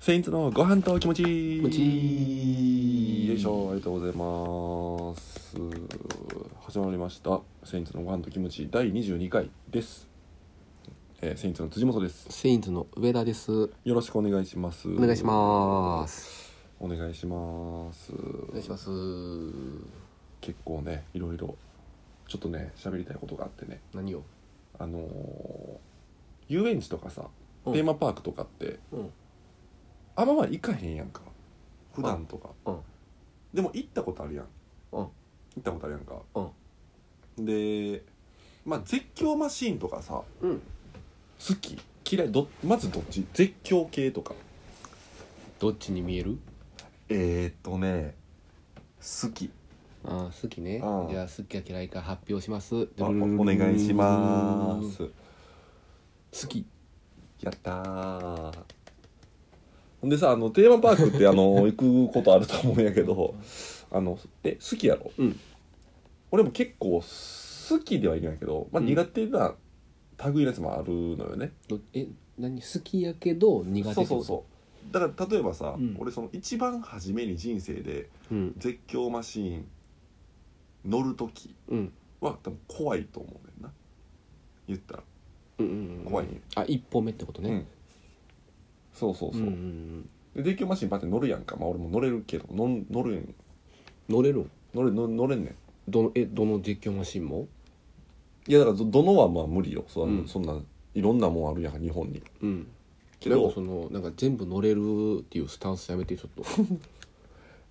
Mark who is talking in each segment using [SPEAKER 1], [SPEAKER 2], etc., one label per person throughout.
[SPEAKER 1] セインツのご飯と気持ちいい
[SPEAKER 2] 気持ちいい
[SPEAKER 1] よいしょありがとうございます始まりましたセインツのご飯と気持ちいい第22回です、えー、セインツの辻元です
[SPEAKER 2] セインズの上田です。お
[SPEAKER 1] よろしくお願いしますお
[SPEAKER 2] 願いします。
[SPEAKER 1] すお願いします
[SPEAKER 2] お願いします。
[SPEAKER 1] 結構ねいろいろちょっとね喋りたいことがあってね
[SPEAKER 2] 何を？
[SPEAKER 1] あのー遊園地とかさ
[SPEAKER 2] う
[SPEAKER 1] テ
[SPEAKER 2] ん
[SPEAKER 1] ーマパークとかって、
[SPEAKER 2] うん
[SPEAKER 1] あんまま行かへんやんか普段とか、
[SPEAKER 2] うん
[SPEAKER 1] でも行ったことあるやん、
[SPEAKER 2] うん
[SPEAKER 1] 行ったことあるやんか、でまあ絶叫マシーンとかさ好
[SPEAKER 2] うん。
[SPEAKER 1] き嫌いどまずどっち絶叫系とか
[SPEAKER 2] どっちに見える？
[SPEAKER 1] えー、っとね好き
[SPEAKER 2] あー好きね
[SPEAKER 1] うん。
[SPEAKER 2] じゃあ好きか嫌いか発表します。
[SPEAKER 1] あおお願いします
[SPEAKER 2] す。好き。
[SPEAKER 1] やったーほんでさあのテーマパークってあ の行くことあると思うんやけどあのえ好きやろ、
[SPEAKER 2] うん
[SPEAKER 1] 俺も結構好きではいないけど、まあ、
[SPEAKER 2] うん
[SPEAKER 1] 苦手な類のやつもあるのよね、
[SPEAKER 2] どえ何好きやけど苦手
[SPEAKER 1] そうそうそうだから例えばさ、
[SPEAKER 2] うん
[SPEAKER 1] 俺その一番初めに人生で
[SPEAKER 2] う。うん
[SPEAKER 1] 絶叫マシーン乗る時
[SPEAKER 2] うん
[SPEAKER 1] は多分怖いと思うねんな言ったら
[SPEAKER 2] うんうんうん。
[SPEAKER 1] 怖いね、
[SPEAKER 2] あ一歩目ってこと
[SPEAKER 1] う
[SPEAKER 2] ね。
[SPEAKER 1] んそうそうそう、
[SPEAKER 2] んん
[SPEAKER 1] で絶叫マシンバって乗るやんかまあ俺も乗れるけど乗ん乗るん
[SPEAKER 2] 乗れるん？
[SPEAKER 1] 乗れ乗乗れんね
[SPEAKER 2] どのえどの絶叫マシンも？
[SPEAKER 1] んいやだからどどのはまあ無理よそ,、
[SPEAKER 2] うん
[SPEAKER 1] そんないろんなもんあるやん日本に
[SPEAKER 2] うん。
[SPEAKER 1] け
[SPEAKER 2] なん
[SPEAKER 1] ど
[SPEAKER 2] かそのなんか全部乗れるっていうスタンスやめてちょっと。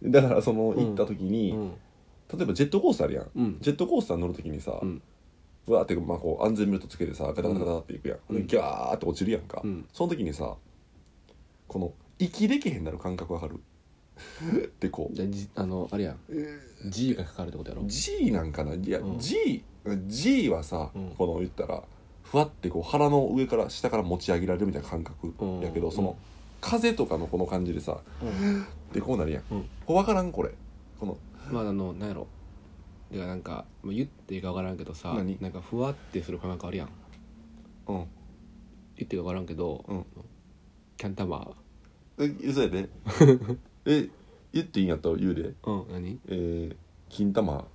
[SPEAKER 1] だからその
[SPEAKER 2] うん
[SPEAKER 1] 行った時に、
[SPEAKER 2] うん
[SPEAKER 1] 例えばジェットコースターあるやん
[SPEAKER 2] うん。
[SPEAKER 1] ジェットコースター乗る時にさ、
[SPEAKER 2] うん
[SPEAKER 1] うわーってまあこう安全ベルトつけてさガタガタガタっていくやん、
[SPEAKER 2] うん
[SPEAKER 1] でギャーって落ちるやんか、
[SPEAKER 2] うん
[SPEAKER 1] その時にさこの息できへんなる感覚わかる ってこう
[SPEAKER 2] じゃあじあのあれや G がかかるってことやろ
[SPEAKER 1] G なんかないや、
[SPEAKER 2] うん
[SPEAKER 1] G, G はさ、
[SPEAKER 2] うん
[SPEAKER 1] この言ったらふわってこう腹の上から下から持ち上げられるみたいな感覚やけど、
[SPEAKER 2] うん
[SPEAKER 1] その風とかのこの感じでさでこうなるやん、
[SPEAKER 2] うん
[SPEAKER 1] これ分からんこれこの
[SPEAKER 2] まああのなんやろだからなんかまあ言っていいか分からんけどさ
[SPEAKER 1] 何
[SPEAKER 2] なんかふわってする感覚あるやん
[SPEAKER 1] うん
[SPEAKER 2] 言っていいか分からんけど、
[SPEAKER 1] うん
[SPEAKER 2] キャンタマ
[SPEAKER 1] えそうや でえ言っていいんやったら言うで
[SPEAKER 2] ーうん何
[SPEAKER 1] えー金 玉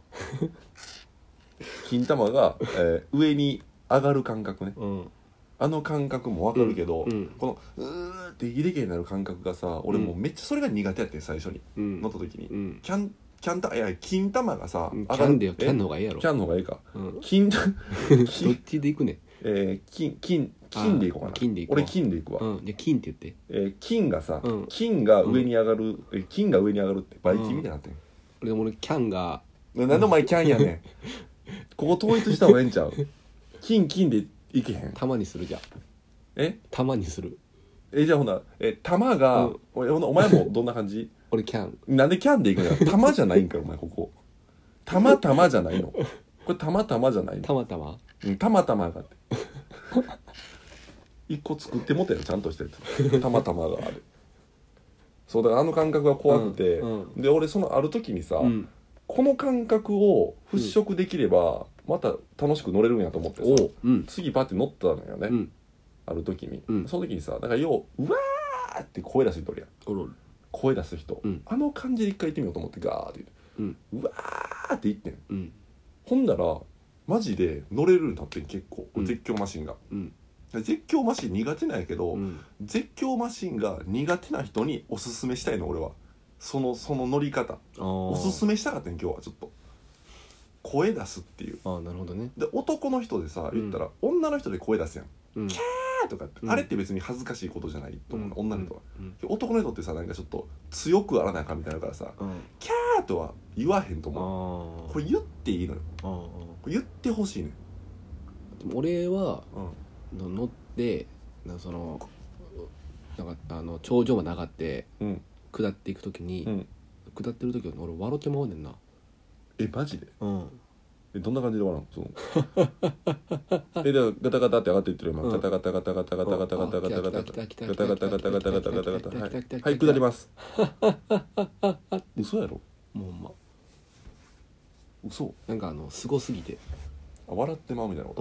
[SPEAKER 1] 金玉が、えー上に上がる感覚ね
[SPEAKER 2] うん
[SPEAKER 1] あの感覚もわかるけど、
[SPEAKER 2] うん
[SPEAKER 1] このうーって入れ毛になる感覚がさ俺もうめっちゃそれが苦手やってん最初に
[SPEAKER 2] うん
[SPEAKER 1] 乗った時に、
[SPEAKER 2] うん
[SPEAKER 1] キャンキャンタいや金玉がさ
[SPEAKER 2] キャンでよキャン
[SPEAKER 1] の
[SPEAKER 2] の方がいいやろ
[SPEAKER 1] キャンの方がいいか
[SPEAKER 2] うんどっ
[SPEAKER 1] 金 玉金
[SPEAKER 2] ちでいくね
[SPEAKER 1] えー金金金でいこうかな
[SPEAKER 2] あ金でいこう
[SPEAKER 1] 俺金でいくわ、
[SPEAKER 2] うんで金って言って
[SPEAKER 1] えー金がさ、
[SPEAKER 2] うん
[SPEAKER 1] 金が上に上がる、えー金が上に上がるってバイキンみたいになってん
[SPEAKER 2] 俺でも俺キャンが
[SPEAKER 1] ななんでお前キャンやねんここ統一した方がええんちゃう金金でいけへん
[SPEAKER 2] 玉にするじゃん
[SPEAKER 1] え
[SPEAKER 2] 玉にする
[SPEAKER 1] えじゃあほなえ玉が、
[SPEAKER 2] うん
[SPEAKER 1] おいほなお前もどんな感じ
[SPEAKER 2] 俺キャン
[SPEAKER 1] なんでキャンでいくんや玉じゃないんかお前ここ玉玉じゃないのこれ玉玉じゃないの
[SPEAKER 2] たまたま
[SPEAKER 1] うん玉玉がって一個作ってもたよちゃんとしたやつ玉玉があるそうだからあの感覚が怖くて、
[SPEAKER 2] うん
[SPEAKER 1] で俺そのある時にさ、
[SPEAKER 2] うん
[SPEAKER 1] この感覚を払拭できれば、また楽しく乗れるんやと思ってさ
[SPEAKER 2] おううん
[SPEAKER 1] 次バッて乗ったのよね、
[SPEAKER 2] うん
[SPEAKER 1] ある時に、
[SPEAKER 2] うん
[SPEAKER 1] その時にさなんかよう「うわー!」って声出す人おるやん
[SPEAKER 2] おる
[SPEAKER 1] 声出す人、
[SPEAKER 2] うん
[SPEAKER 1] あの感じで一回行ってみようと思ってガーって言って、うわーって言ってん
[SPEAKER 2] うん
[SPEAKER 1] ほんだらマジで乗れるようになってん結構、
[SPEAKER 2] うん
[SPEAKER 1] 絶叫マシンが
[SPEAKER 2] うん
[SPEAKER 1] 絶叫マシン苦手なんやけど、
[SPEAKER 2] うん
[SPEAKER 1] 絶叫マシンが苦手な人におすすめしたいの俺はそのその乗り方お
[SPEAKER 2] お
[SPEAKER 1] すすめしたかったん今日はちょっと声出すっていう
[SPEAKER 2] あーなるほどね
[SPEAKER 1] で男の人でさ言ったら、女の人で声出すやん
[SPEAKER 2] うん
[SPEAKER 1] 「あーとかって、
[SPEAKER 2] うん
[SPEAKER 1] あれって別に恥ずかしいことじゃないと思うの、女の人は、
[SPEAKER 2] うん
[SPEAKER 1] 男の人ってさなんかちょっと強くあらなあかんみたいなのからさ
[SPEAKER 2] うん
[SPEAKER 1] 「あーとは言わへんと思う
[SPEAKER 2] あ
[SPEAKER 1] これ言っていいのよ
[SPEAKER 2] あー
[SPEAKER 1] これ言ってほしいねん
[SPEAKER 2] でも俺は
[SPEAKER 1] うん
[SPEAKER 2] の乗ってなそのなんかあの頂上まで上がって、
[SPEAKER 1] うん
[SPEAKER 2] 下っていくときに、
[SPEAKER 1] うん
[SPEAKER 2] 下ってる時は俺笑ってまうねんな、
[SPEAKER 1] えマジで
[SPEAKER 2] うん、
[SPEAKER 1] えどんな感じで笑うのそのえだからガタガタって上がっていってるよ今
[SPEAKER 2] うん
[SPEAKER 1] ガタガタガタガタガタガタガタガタガタガタ
[SPEAKER 2] 来た来た
[SPEAKER 1] ガ
[SPEAKER 2] 来
[SPEAKER 1] タ
[SPEAKER 2] た
[SPEAKER 1] ガタ
[SPEAKER 2] 来た
[SPEAKER 1] ガ
[SPEAKER 2] 来
[SPEAKER 1] タ
[SPEAKER 2] た
[SPEAKER 1] ガ
[SPEAKER 2] 来
[SPEAKER 1] タ
[SPEAKER 2] た
[SPEAKER 1] ガ
[SPEAKER 2] 来
[SPEAKER 1] タガタガタ
[SPEAKER 2] た来た来た
[SPEAKER 1] はい
[SPEAKER 2] 来た来
[SPEAKER 1] は
[SPEAKER 2] た
[SPEAKER 1] い下ります嘘やろ
[SPEAKER 2] もうほんま
[SPEAKER 1] 嘘
[SPEAKER 2] なんかあのすごすぎて、
[SPEAKER 1] あ笑ってまうみたいなこ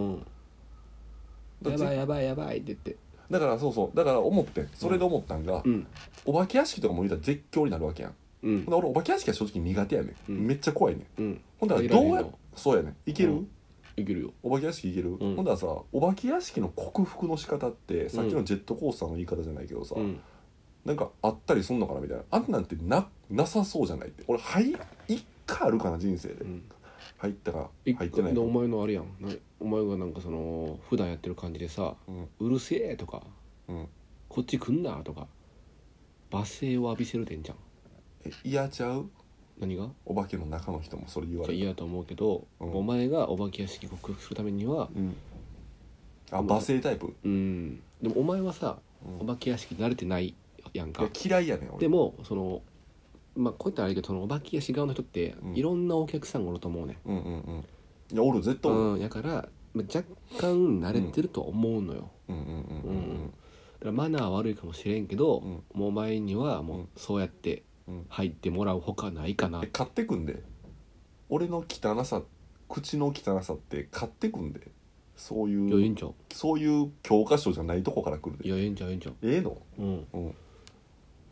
[SPEAKER 2] う
[SPEAKER 1] と
[SPEAKER 2] ん、やばいやばいやばいって言って
[SPEAKER 1] だだからそうそうだから思ってんそれで思ったんが、
[SPEAKER 2] うん
[SPEAKER 1] お化け屋敷とかも言うたら絶叫になるわけやん
[SPEAKER 2] うん
[SPEAKER 1] ほんで俺お化け屋敷は正直苦手やね、
[SPEAKER 2] うん
[SPEAKER 1] んめっちゃ怖いねん
[SPEAKER 2] うん
[SPEAKER 1] ほんだら
[SPEAKER 2] 入られへ
[SPEAKER 1] ど
[SPEAKER 2] ん
[SPEAKER 1] うや
[SPEAKER 2] の
[SPEAKER 1] そうやねんいける、
[SPEAKER 2] うんいけるよ
[SPEAKER 1] お化け屋敷いける、
[SPEAKER 2] うん
[SPEAKER 1] ほんだらさお化け屋敷の克服の仕方ってさっきのジェットコースターの言い方じゃないけどさ、
[SPEAKER 2] うん
[SPEAKER 1] なんかあったりすんのかなみたいなあんなんてななさそうじゃないって俺はい一回あるかな人生で、
[SPEAKER 2] うん
[SPEAKER 1] 入ったか入
[SPEAKER 2] 一
[SPEAKER 1] ってない
[SPEAKER 2] 回
[SPEAKER 1] か
[SPEAKER 2] のお前のあれやんなお前がなんかその普段やってる感じでさ
[SPEAKER 1] うん
[SPEAKER 2] 「うるせえ」とか
[SPEAKER 1] うん
[SPEAKER 2] 「こっち来んな」とか罵声を浴びせるでんじゃん
[SPEAKER 1] え嫌ちゃう
[SPEAKER 2] 何が
[SPEAKER 1] お化けの中の人もそれ言われる
[SPEAKER 2] 嫌だと思うけど、
[SPEAKER 1] うん
[SPEAKER 2] お前がお化け屋敷克服するためには
[SPEAKER 1] うんあ
[SPEAKER 2] お
[SPEAKER 1] 罵声タイプ、
[SPEAKER 2] うんでもお前はさ
[SPEAKER 1] うん
[SPEAKER 2] お化け屋敷慣れてないやん
[SPEAKER 1] い
[SPEAKER 2] か
[SPEAKER 1] や嫌いやねん俺
[SPEAKER 2] でもそのまあこういったらあれだけどそのお化け屋敷側の人って、
[SPEAKER 1] うん
[SPEAKER 2] いろんなお客さんがおると思うねん
[SPEAKER 1] うんうんうんいやおる絶対おる、
[SPEAKER 2] うんやから、まあ、若干慣れてるとは思うのよ、
[SPEAKER 1] うん、うんうんうんうん
[SPEAKER 2] だからマナーは悪いかもしれんけど、
[SPEAKER 1] うん
[SPEAKER 2] もうお前には
[SPEAKER 1] う
[SPEAKER 2] も
[SPEAKER 1] ん
[SPEAKER 2] うそうやって
[SPEAKER 1] うん
[SPEAKER 2] 入ってもらうほかないかな、
[SPEAKER 1] え買ってくんで俺の汚さ口の汚さって買ってくんでそう
[SPEAKER 2] いやええ
[SPEAKER 1] いうん
[SPEAKER 2] ちゃう
[SPEAKER 1] そういう教科書じゃないとこから来る
[SPEAKER 2] い
[SPEAKER 1] で
[SPEAKER 2] やええんちゃうええんちゃう
[SPEAKER 1] ええの
[SPEAKER 2] うん
[SPEAKER 1] うん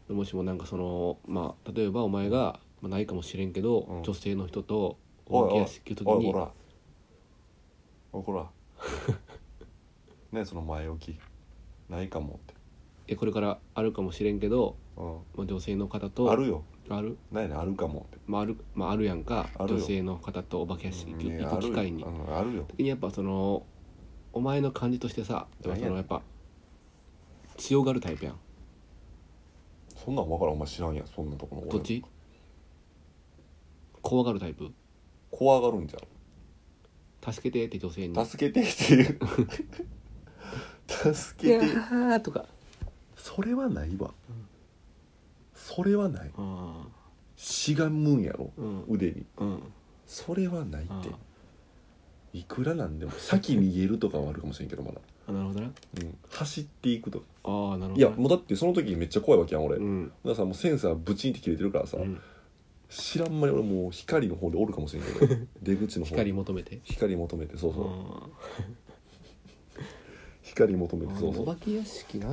[SPEAKER 2] もしもなんかそのまあ例えばお前が、まあ、ないかもしれんけど、
[SPEAKER 1] うん
[SPEAKER 2] 女性の人と
[SPEAKER 1] おい
[SPEAKER 2] お化け屋敷行く
[SPEAKER 1] お
[SPEAKER 2] 時
[SPEAKER 1] い
[SPEAKER 2] に
[SPEAKER 1] ほらおいほら ねその前置きないかもって、
[SPEAKER 2] えこれからあるかもしれんけど、
[SPEAKER 1] う
[SPEAKER 2] まあ、女性の方
[SPEAKER 1] ん、
[SPEAKER 2] と
[SPEAKER 1] あるよ
[SPEAKER 2] ある
[SPEAKER 1] ないねあるかもって
[SPEAKER 2] まあ、あるまああるやんか
[SPEAKER 1] あるよ
[SPEAKER 2] 女性の方とお化け屋敷行く,、
[SPEAKER 1] ね
[SPEAKER 2] 行く機会に
[SPEAKER 1] あるよ,、うん、あるよ
[SPEAKER 2] 時にやっぱそのお前の感じとしてさやっぱそ
[SPEAKER 1] 何やね
[SPEAKER 2] の
[SPEAKER 1] ん
[SPEAKER 2] やっぱ強がるタイプやん
[SPEAKER 1] そんなん分からんお前知らんやんそんなとこの
[SPEAKER 2] どっち怖がるタイプ
[SPEAKER 1] 怖がるんじゃん
[SPEAKER 2] 助けてって女性に
[SPEAKER 1] 助けてっていう 助けて
[SPEAKER 2] いやーとか
[SPEAKER 1] それはないわ、それはない
[SPEAKER 2] うん
[SPEAKER 1] しがむんやろ
[SPEAKER 2] うん
[SPEAKER 1] 腕に
[SPEAKER 2] うん
[SPEAKER 1] それはないっ
[SPEAKER 2] あ
[SPEAKER 1] ていくらなんでも先逃げるとかはあるかもしれんけどまだ、
[SPEAKER 2] あなるほどな
[SPEAKER 1] うん、走っていくとか
[SPEAKER 2] ああなるほど
[SPEAKER 1] いや
[SPEAKER 2] な
[SPEAKER 1] もうだってその時めっちゃ怖いわけやん俺、だか
[SPEAKER 2] うん
[SPEAKER 1] らさもうセンサーブチンって切れてるからさ、
[SPEAKER 2] うん
[SPEAKER 1] 知らん間に俺もう光の方でおるかもしれんけ ど出口の方
[SPEAKER 2] 光求めて
[SPEAKER 1] 光求めてそう
[SPEAKER 2] う
[SPEAKER 1] そうん光求めて
[SPEAKER 2] あ
[SPEAKER 1] そう
[SPEAKER 2] の
[SPEAKER 1] そ
[SPEAKER 2] お
[SPEAKER 1] う
[SPEAKER 2] 化け屋敷な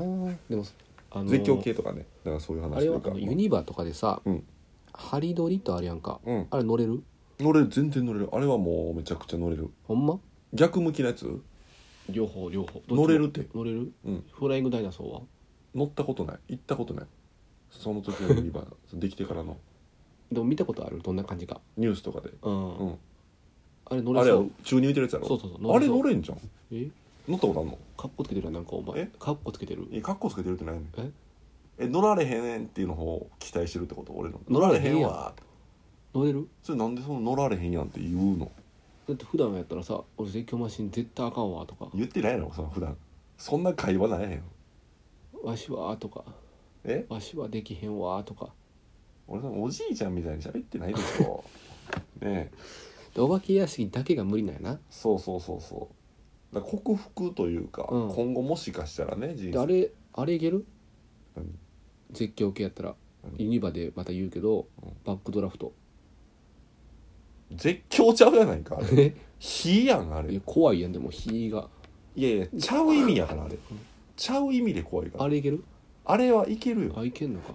[SPEAKER 2] でもあの
[SPEAKER 1] 絶叫系とかねだからそういう話
[SPEAKER 2] あれ
[SPEAKER 1] とい
[SPEAKER 2] は
[SPEAKER 1] うか
[SPEAKER 2] あのユニバとかでさ
[SPEAKER 1] うん
[SPEAKER 2] ハリドリとあるやんか
[SPEAKER 1] うん
[SPEAKER 2] あれ乗れる
[SPEAKER 1] 乗れる全然乗れるあれはもうめちゃくちゃ乗れる
[SPEAKER 2] ほんま
[SPEAKER 1] 逆向きのやつ
[SPEAKER 2] 両方両方どっちも
[SPEAKER 1] 乗れるって
[SPEAKER 2] 乗れる
[SPEAKER 1] うん
[SPEAKER 2] フライングダイナソーは
[SPEAKER 1] 乗ったことない行ったことないその時のユニバー できてからの
[SPEAKER 2] でも見たことあるどんな感じか
[SPEAKER 1] ニュースとかで、
[SPEAKER 2] うん
[SPEAKER 1] うん、
[SPEAKER 2] あれ乗れ
[SPEAKER 1] あれ
[SPEAKER 2] そ
[SPEAKER 1] は
[SPEAKER 2] う
[SPEAKER 1] 宙に浮いてるやつやろ
[SPEAKER 2] そうそうそう
[SPEAKER 1] あ
[SPEAKER 2] 乗れ
[SPEAKER 1] れ
[SPEAKER 2] そう
[SPEAKER 1] 乗れんじゃん
[SPEAKER 2] え
[SPEAKER 1] 乗ったことあんの
[SPEAKER 2] カッコつけてるやんなんかお前
[SPEAKER 1] え
[SPEAKER 2] カッコつけてる
[SPEAKER 1] えカッコつけてるってないねん
[SPEAKER 2] え
[SPEAKER 1] え乗られへんっていうのを期待してるってこと俺の
[SPEAKER 2] 乗
[SPEAKER 1] 乗
[SPEAKER 2] ら
[SPEAKER 1] ら
[SPEAKER 2] れ
[SPEAKER 1] れ
[SPEAKER 2] へ
[SPEAKER 1] へ
[SPEAKER 2] ん
[SPEAKER 1] ん
[SPEAKER 2] やん
[SPEAKER 1] わ
[SPEAKER 2] 乗れる
[SPEAKER 1] それなんでその乗られへんやんって言うの
[SPEAKER 2] だって普段やったらさ俺絶叫マシン絶対あかんわとか
[SPEAKER 1] 言ってないのその普段そんな会話ないやん
[SPEAKER 2] わしはとか
[SPEAKER 1] え
[SPEAKER 2] わしはできへんわとか
[SPEAKER 1] 俺のおじいちゃんみたいに喋ってないでし ょねえ
[SPEAKER 2] でお化け屋敷だけが無理なんやな
[SPEAKER 1] そうそうそうそうだから克服というか、
[SPEAKER 2] うん
[SPEAKER 1] 今後もしかしたらね人
[SPEAKER 2] であれあれいける
[SPEAKER 1] 何
[SPEAKER 2] 絶叫系やったら
[SPEAKER 1] 何
[SPEAKER 2] ユニバでまた言うけど
[SPEAKER 1] うん
[SPEAKER 2] バックドラフト
[SPEAKER 1] 絶叫ちゃうやないかあれ
[SPEAKER 2] え
[SPEAKER 1] 火やんあれ
[SPEAKER 2] い
[SPEAKER 1] い
[SPEAKER 2] や怖いやんでも火が
[SPEAKER 1] やいやちゃう意味やからあれちゃう意味で怖いから
[SPEAKER 2] あ
[SPEAKER 1] あれ
[SPEAKER 2] れいける
[SPEAKER 1] はいけるよ
[SPEAKER 2] あいけんのか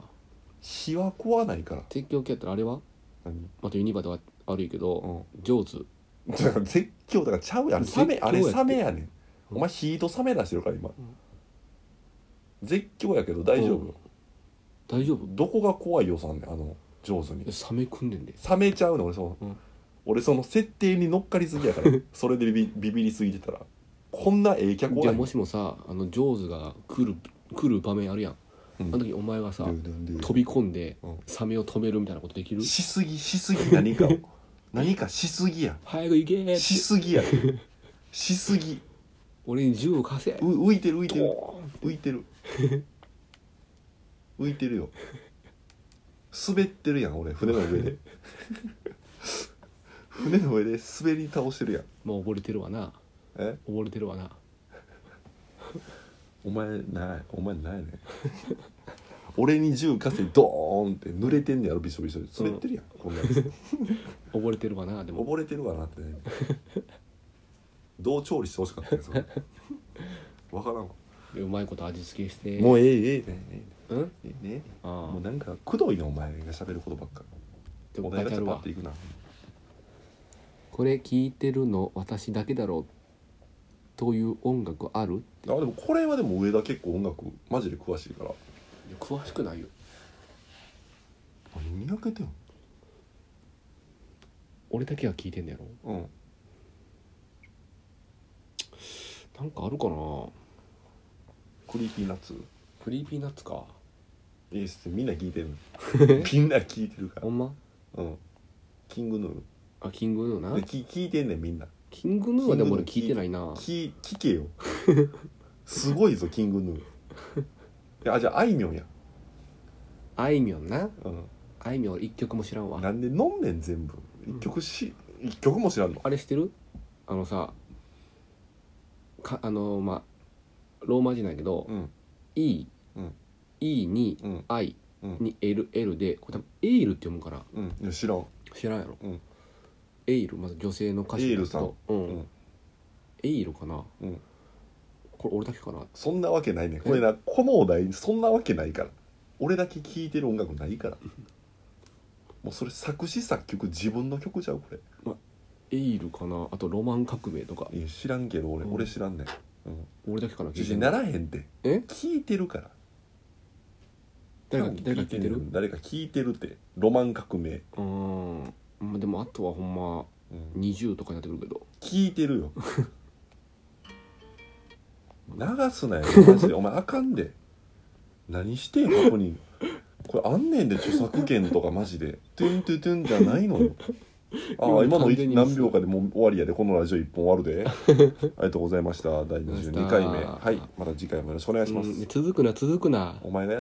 [SPEAKER 1] 火は怖ないから
[SPEAKER 2] 絶叫系やったらあれは
[SPEAKER 1] 何
[SPEAKER 2] またユニバでは悪いけ
[SPEAKER 1] う
[SPEAKER 2] ど
[SPEAKER 1] ん
[SPEAKER 2] 上手
[SPEAKER 1] だから絶叫だからちゃうやんあれサメ
[SPEAKER 2] 絶叫
[SPEAKER 1] あ
[SPEAKER 2] やっ
[SPEAKER 1] れ
[SPEAKER 2] て
[SPEAKER 1] サメやねん
[SPEAKER 2] うん
[SPEAKER 1] お前火とサメ出してるから今、絶叫やけど大丈夫よ、
[SPEAKER 2] 大丈夫
[SPEAKER 1] どこが怖いよさんねんあの上手に
[SPEAKER 2] えサメ組んでんで
[SPEAKER 1] 冷めちゃうの俺その、
[SPEAKER 2] うん
[SPEAKER 1] 俺その設定に乗っかりすぎやからそれでビビビビりすぎてたらこんなええ客お
[SPEAKER 2] じゃ
[SPEAKER 1] ら
[SPEAKER 2] あ
[SPEAKER 1] ん
[SPEAKER 2] もしもさあのジョーズが来る来る場面あるやん、
[SPEAKER 1] うん
[SPEAKER 2] あの時お前がさ、
[SPEAKER 1] ルンルンルン
[SPEAKER 2] 飛び込んで、
[SPEAKER 1] うん
[SPEAKER 2] サメを止めるみたいなことできる
[SPEAKER 1] しすぎしすぎ何か を何かしすぎや
[SPEAKER 2] 早く行けーって
[SPEAKER 1] しすぎやしすぎ
[SPEAKER 2] 俺に銃を貸せ
[SPEAKER 1] う浮いてる浮いてる
[SPEAKER 2] ドーン
[SPEAKER 1] 浮い てる浮いてるよ滑ってるやん俺船の 上で船の上で滑り倒してるやん
[SPEAKER 2] もう溺れてるわな
[SPEAKER 1] え
[SPEAKER 2] 溺れてるわな
[SPEAKER 1] お前ないお前ないね俺に銃貸せドーンって濡れてんねやろびしょびしょで滑ってるやん、こんなやつ
[SPEAKER 2] 溺れてるわなでも
[SPEAKER 1] 溺れてるわなってね どう調理してほしかったんですか分からんわ
[SPEAKER 2] うまいこと味付けして
[SPEAKER 1] も
[SPEAKER 2] う
[SPEAKER 1] うええええね
[SPEAKER 2] うん
[SPEAKER 1] ええねえね
[SPEAKER 2] あ
[SPEAKER 1] もうなんかくどいなお前が喋ることばっか
[SPEAKER 2] でも
[SPEAKER 1] お題
[SPEAKER 2] バ
[SPEAKER 1] が
[SPEAKER 2] カ
[SPEAKER 1] ちゃ
[SPEAKER 2] る
[SPEAKER 1] パ
[SPEAKER 2] わ
[SPEAKER 1] ッていくな
[SPEAKER 2] これ聞いてるの私だけだろうという音楽ある
[SPEAKER 1] あでもこれはでも上田結構音楽マジで詳しいから
[SPEAKER 2] 詳しくないよ
[SPEAKER 1] 何にやけてん
[SPEAKER 2] 俺だけが聞いてんだやろ
[SPEAKER 1] うん
[SPEAKER 2] なんかあるかな
[SPEAKER 1] クリーピーナッツ
[SPEAKER 2] クリーピーナッツか
[SPEAKER 1] いいっすみんな聞いてる みんな聞いてるから
[SPEAKER 2] ほんま
[SPEAKER 1] うんキングヌ
[SPEAKER 2] あキングヌー
[SPEAKER 1] ー
[SPEAKER 2] な
[SPEAKER 1] でき聞いてんねんみんな
[SPEAKER 2] キングヌーはでも俺聞いてないな
[SPEAKER 1] 聞聞けよすごいぞキングヌーいやあじゃああいみょんや、
[SPEAKER 2] あいみょんな
[SPEAKER 1] う
[SPEAKER 2] あいみょん俺一曲も知らん
[SPEAKER 1] ん、
[SPEAKER 2] わ
[SPEAKER 1] なんで飲んねん全部一曲し、一曲も知らんの
[SPEAKER 2] あれしてるあのさかあのまあローマ字なんやけど、
[SPEAKER 1] うん
[SPEAKER 2] E、
[SPEAKER 1] うん
[SPEAKER 2] E に
[SPEAKER 1] うん
[SPEAKER 2] I
[SPEAKER 1] うん
[SPEAKER 2] に LL でこれ多分エールって読むから
[SPEAKER 1] うんいや知らん
[SPEAKER 2] 知らんやろ、
[SPEAKER 1] うん
[SPEAKER 2] エイルまず女性の歌手だけどうん
[SPEAKER 1] うん
[SPEAKER 2] エイルかな、
[SPEAKER 1] うん
[SPEAKER 2] これ俺だけかな
[SPEAKER 1] そんなわけないねこれなこのお題そんなわけないから俺だけ聴いてる音楽ないからもうそれ作詞作曲自分の曲じゃうこれ
[SPEAKER 2] エイルかなあと「ロマン革命」とか
[SPEAKER 1] いや知らんけど俺、
[SPEAKER 2] うん
[SPEAKER 1] 俺知らんねん、うん、
[SPEAKER 2] 俺だけかな聞
[SPEAKER 1] 自
[SPEAKER 2] いて
[SPEAKER 1] 信
[SPEAKER 2] ん
[SPEAKER 1] な
[SPEAKER 2] の
[SPEAKER 1] らへんって
[SPEAKER 2] え
[SPEAKER 1] 聞いてるから
[SPEAKER 2] 誰か誰か聞いて
[SPEAKER 1] う
[SPEAKER 2] る
[SPEAKER 1] ん誰か聞いてるってロマン革命、
[SPEAKER 2] うーんまあでもあとはほんま
[SPEAKER 1] うん、
[SPEAKER 2] 20とかになってくるけど
[SPEAKER 1] 聞いて るよ流すなよマジでお前あかんで何してんのこにこれあんねんで著作権とかマジでトゥントゥトゥンじゃないのよああ今
[SPEAKER 2] 今
[SPEAKER 1] の
[SPEAKER 2] 完全に
[SPEAKER 1] 何秒かでもう終わりやでこのラジオ1本終わるで ありがとうございました第22回目
[SPEAKER 2] ありがとうございました
[SPEAKER 1] はいまた次回もよろしくお願いします、
[SPEAKER 2] うん続くな続くな
[SPEAKER 1] お前が